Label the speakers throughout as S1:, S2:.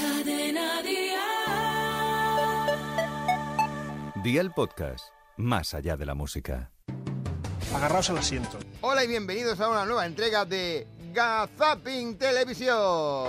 S1: Cadena
S2: Día el podcast, más allá de la música.
S3: Agarraos al asiento.
S4: Hola y bienvenidos a una nueva entrega de Gazaping Televisión.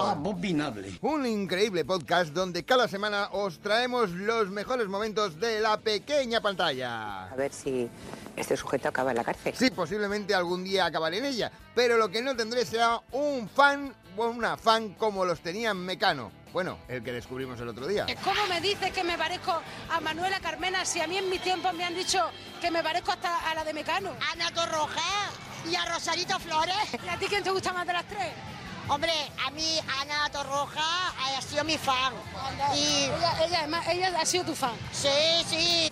S5: Abominable.
S4: Un increíble podcast donde cada semana os traemos los mejores momentos de la pequeña pantalla.
S6: A ver si este sujeto acaba en la cárcel.
S4: Sí, posiblemente algún día acabaré en ella, pero lo que no tendré será un fan o una fan como los tenía Mecano. Bueno, el que descubrimos el otro día.
S7: Eh, ¿Cómo me dices que me parezco a Manuela Carmena si a mí en mis tiempos me han dicho que me parezco hasta a la de Mecano?
S8: a Nato Rojas y a Rosarito Flores.
S7: ¿Y a ti quién te gusta más de las tres?
S8: Hombre, a mí Ana Torroja eh, ha sido mi fan. Y
S7: Ella, ella, es más- ella ha sido tu fan.
S8: sí, sí.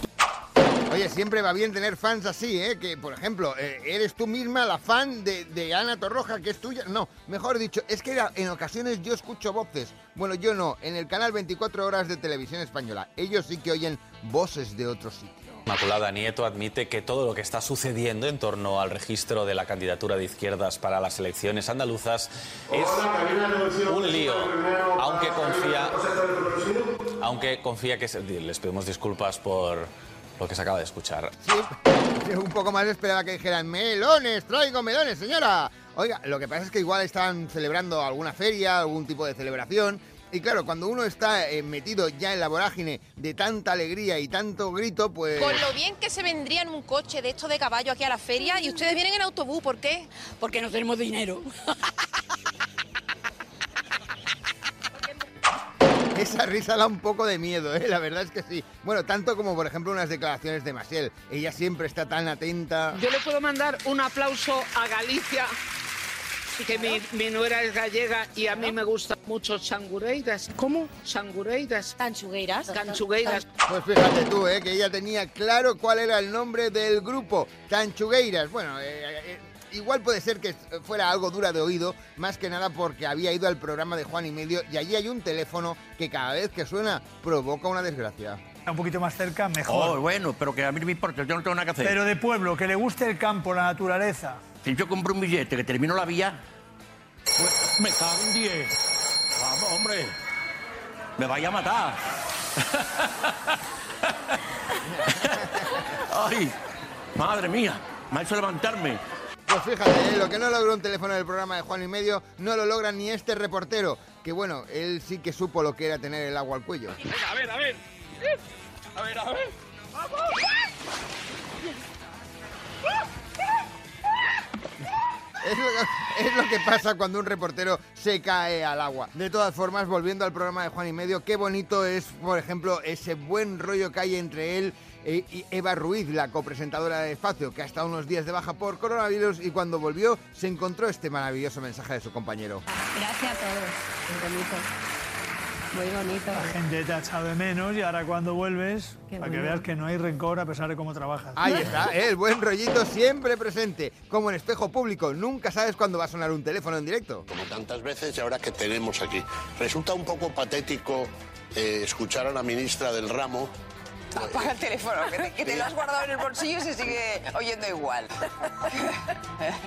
S4: Oye, siempre va bien tener fans así, ¿eh? Que, por ejemplo, eh, eres tú misma la fan de, de Ana Torroja, que es tuya. No, mejor dicho, es que era- en ocasiones yo escucho voces. Bueno, yo no, en el canal 24 Horas de Televisión Española. Ellos sí que oyen voces de otro sitio.
S9: Inmaculada Nieto admite que todo lo que está sucediendo en torno al registro de la candidatura de izquierdas para las elecciones andaluzas es un lío, aunque confía, aunque confía que se- les pedimos disculpas por lo que se acaba de escuchar.
S4: Sí, yo un poco más esperaba que dijeran melones, traigo melones, señora. Oiga, lo que pasa es que igual están celebrando alguna feria, algún tipo de celebración. Y claro, cuando uno está eh, metido ya en la vorágine de tanta alegría y tanto grito, pues...
S10: Con lo bien que se vendría en un coche de estos de caballo aquí a la feria y ustedes vienen en autobús, ¿por qué?
S7: Porque no tenemos dinero.
S4: Esa risa da un poco de miedo, ¿eh? la verdad es que sí. Bueno, tanto como por ejemplo unas declaraciones de Maciel. Ella siempre está tan atenta.
S11: Yo le puedo mandar un aplauso a Galicia, que mi, mi nuera es gallega y a mí me gustan mucho sangureiras. ¿Cómo? Sangureiras,
S7: Tanchugueiras.
S11: canchugueiras.
S4: Pues fíjate tú, ¿eh? que ella tenía claro cuál era el nombre del grupo, Tanchugueiras. Bueno, eh, eh, igual puede ser que fuera algo dura de oído, más que nada porque había ido al programa de Juan y Medio y allí hay un teléfono que cada vez que suena provoca una desgracia.
S3: Un poquito más cerca, mejor.
S5: Oh, bueno, pero que a mí no me importa, yo no tengo nada que hacer.
S3: Pero de pueblo, que le guste el campo, la naturaleza.
S5: Si yo compro un billete que termino la vía, pues, me cago en 10. Vamos, hombre. Me vaya a matar. Ay, madre mía, me ha hecho levantarme.
S4: Pues fíjate, ¿eh? lo que no logró un teléfono del programa de Juan y Medio no lo logra ni este reportero, que bueno, él sí que supo lo que era tener el agua al cuello.
S11: A ver, a ver. A ver, a ver.
S4: Es lo, que, es lo que pasa cuando un reportero se cae al agua. De todas formas, volviendo al programa de Juan y Medio, qué bonito es, por ejemplo, ese buen rollo que hay entre él eh, y Eva Ruiz, la copresentadora de Espacio, que ha estado unos días de baja por coronavirus y cuando volvió se encontró este maravilloso mensaje de su compañero.
S10: Gracias a todos. Muy bonito. Muy bonito.
S3: La gente te ha echado de menos y ahora cuando vuelves,
S10: Qué
S3: para que
S10: bueno.
S3: veas que no hay rencor a pesar de cómo trabajas.
S4: Ahí está, ¿eh? el buen rollito siempre presente, como en espejo público. Nunca sabes cuándo va a sonar un teléfono en directo.
S12: como tantas veces y ahora que tenemos aquí. Resulta un poco patético eh, escuchar a la ministra del ramo.
S6: Apaga el teléfono, que te, que te lo has guardado en el bolsillo y se sigue oyendo igual.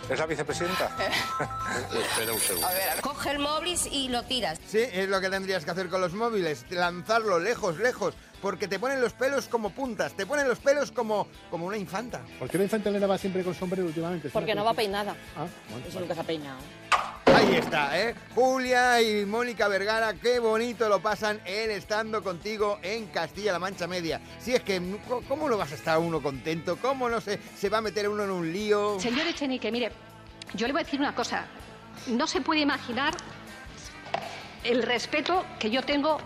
S9: ¿Es la vicepresidenta?
S12: Eh, Espera un segundo.
S10: Coge el móvil y lo tiras.
S4: Sí, es lo que tendrías que hacer con los móviles, lanzarlo lejos, lejos, porque te ponen los pelos como puntas, te ponen los pelos como, como una infanta.
S11: ¿Por qué la infantelera va siempre con sombrero últimamente?
S10: Porque no va peinada.
S4: Ah,
S10: Eso nunca se ha peinado.
S4: Ahí está, ¿eh? Julia y Mónica Vergara, qué bonito lo pasan en estando contigo en Castilla-La Mancha Media. Si es que, co- ¿cómo no vas a estar uno contento? ¿Cómo no se, se va a meter uno en un lío?
S7: Señor Echenique, mire, yo le voy a decir una cosa. No se puede imaginar el respeto que yo tengo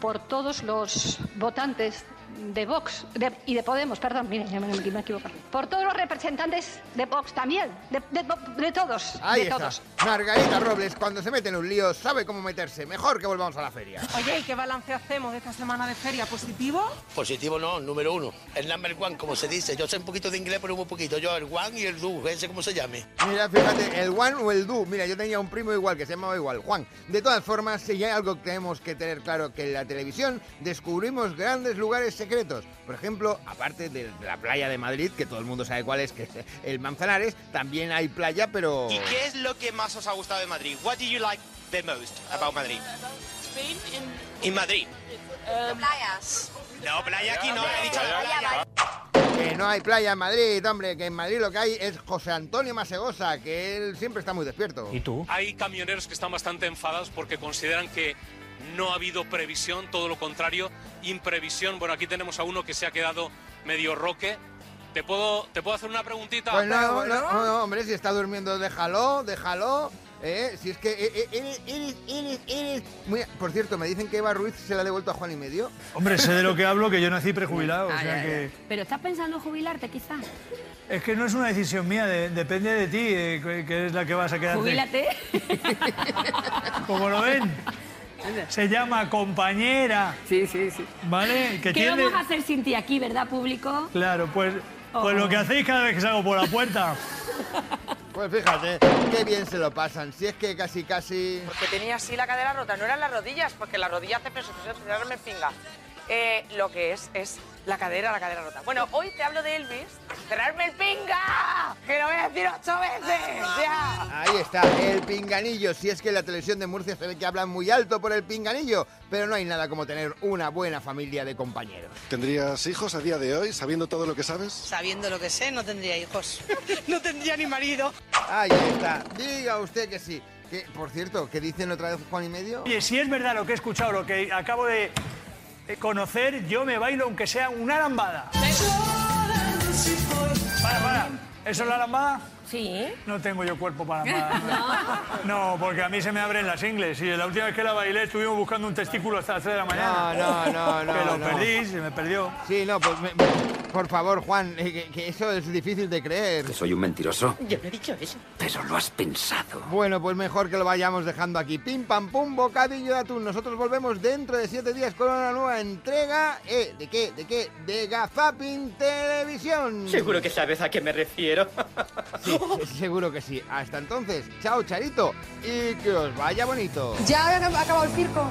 S7: por todos los votantes de Vox de- y de Podemos, perdón, mire, ya me, me he equivocado. Por todos los representantes de Vox también, de, de- de todos,
S4: Ahí
S7: de
S4: está.
S7: todos.
S4: Margarita Robles, cuando se mete en un lío, sabe cómo meterse. Mejor que volvamos a la feria.
S7: Oye, ¿y qué balance hacemos de esta semana de feria? ¿Positivo?
S5: Positivo no, número uno. El number one, como se dice. Yo sé un poquito de inglés, pero muy poquito. Yo el one y el do, ese como se llame.
S4: Mira, fíjate, el Juan o el Du. Mira, yo tenía un primo igual que se llamaba igual, Juan. De todas formas, si hay algo que tenemos que tener claro que en la televisión descubrimos grandes lugares secretos. Por ejemplo, aparte de la playa de Madrid, que todo el mundo sabe cuál es, que es el Manzanares, también hay playa, pero...
S5: es lo que más os ha gustado de Madrid? What do you like the most about Madrid?
S8: Spain in
S1: y Madrid.
S10: Playas.
S1: No, playa aquí no, he dicho la playa.
S4: Que no hay playa en Madrid, hombre, que en Madrid lo que hay es José Antonio Masegosa, que él siempre está muy despierto. ¿Y tú?
S13: Hay camioneros que están bastante enfadados porque consideran que no ha habido previsión, todo lo contrario, imprevisión. Bueno, aquí tenemos a uno que se ha quedado medio roque. ¿Te puedo, te puedo hacer una preguntita?
S4: Pues no, no, no, no, hombre, si está durmiendo, déjalo, déjalo. ¿eh? Si es que eh, eh, eres, eres, eres, eres- Muy- Por cierto, me dicen que Eva Ruiz se la ha devuelto a Juan y medio.
S3: Hombre, sé de lo que hablo, que yo nací prejubilado. o
S4: Ah,
S3: sea
S4: ya,
S3: que...
S14: Pero estás pensando jubilarte, quizás.
S3: Es que no es una decisión mía, de- depende de ti, eh, que- que es la que vas a quedarte.
S14: Jubílate.
S3: Como lo ven, se llama compañera.
S14: Sí, sí, sí.
S3: ¿Vale?
S14: ¿Qué
S3: Que tiene...
S14: vamos a hacer sin ti aquí, verdad, público?
S3: Claro, pues, pues
S14: Oh.
S3: lo que hacéis cada vez que salgo por la puerta.
S4: Pues fíjate, qué bien se lo pasan. Si es que casi, casi.
S6: que tenía así la cadera rota, no eran las rodillas, porque las rodillas hace peso, peso, peso, me pinga. Eh, lo que es, es la cadera, la cadera rota. Bueno, hoy te hablo de Elvis, cerrarme el pinga, que lo voy a decir ocho veces, ya.
S4: Ahí está, el pinganillo. Si es que en la televisión de Murcia se ve que hablan muy alto por el pinganillo, pero no hay nada como tener una buena familia de compañeros.
S15: ¿Tendrías hijos a día de hoy, sabiendo todo lo que sabes?
S6: Sabiendo lo que sé, no tendría hijos. no tendría ni marido.
S4: Ahí está, diga usted que sí. Que, por cierto, ¿qué dicen otra vez Juan y medio?
S3: Oye, si es verdad lo que he escuchado, lo que acabo de eh, conocer, yo me bailo aunque sea una arambada. Para, para. ¿Eso es la arambada?
S14: Sí.
S3: No tengo yo cuerpo para arambada. No, porque a mí se me abren las ingles. Y la última vez que la bailé estuvimos buscando un testículo hasta las 3 de la
S4: No,
S3: mañana.
S4: no, no, no.
S3: Que lo
S4: no.
S3: perdí, se me perdió.
S4: Sí, no, pues me- me- por favor, Juan, eh, que, que eso es difícil de creer.
S16: soy un mentiroso.
S4: Yo no he dicho eso.
S16: Pero lo has pensado.
S4: Bueno, pues mejor que lo vayamos dejando aquí. Pim, pam, pum, bocadillo de atún. Nosotros volvemos dentro de siete días con una nueva entrega. eh, ¿De qué? ¿De qué? De Gazapin Televisión.
S17: Seguro que sabes a qué me refiero.
S4: Sí, seguro que sí. Hasta entonces, chao Charito y que os vaya bonito.
S6: Ya ha acabado el circo.